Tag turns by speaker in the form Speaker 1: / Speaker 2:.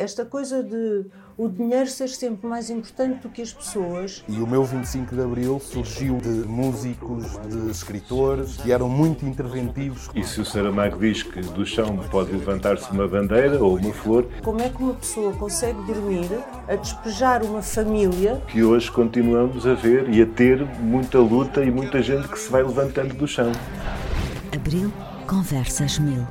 Speaker 1: esta coisa de o dinheiro ser sempre mais importante do que as pessoas.
Speaker 2: E o meu 25 de Abril surgiu de músicos, de escritores que eram muito interventivos.
Speaker 3: E se o Saramago diz que do chão pode levantar-se uma bandeira ou uma flor,
Speaker 1: Como é que uma pessoa consegue dormir a despejar uma família?
Speaker 3: que hoje continuamos a ver e a ter muita luta e muita gente que se vai levantando do chão.
Speaker 4: Abril Conversas Mil.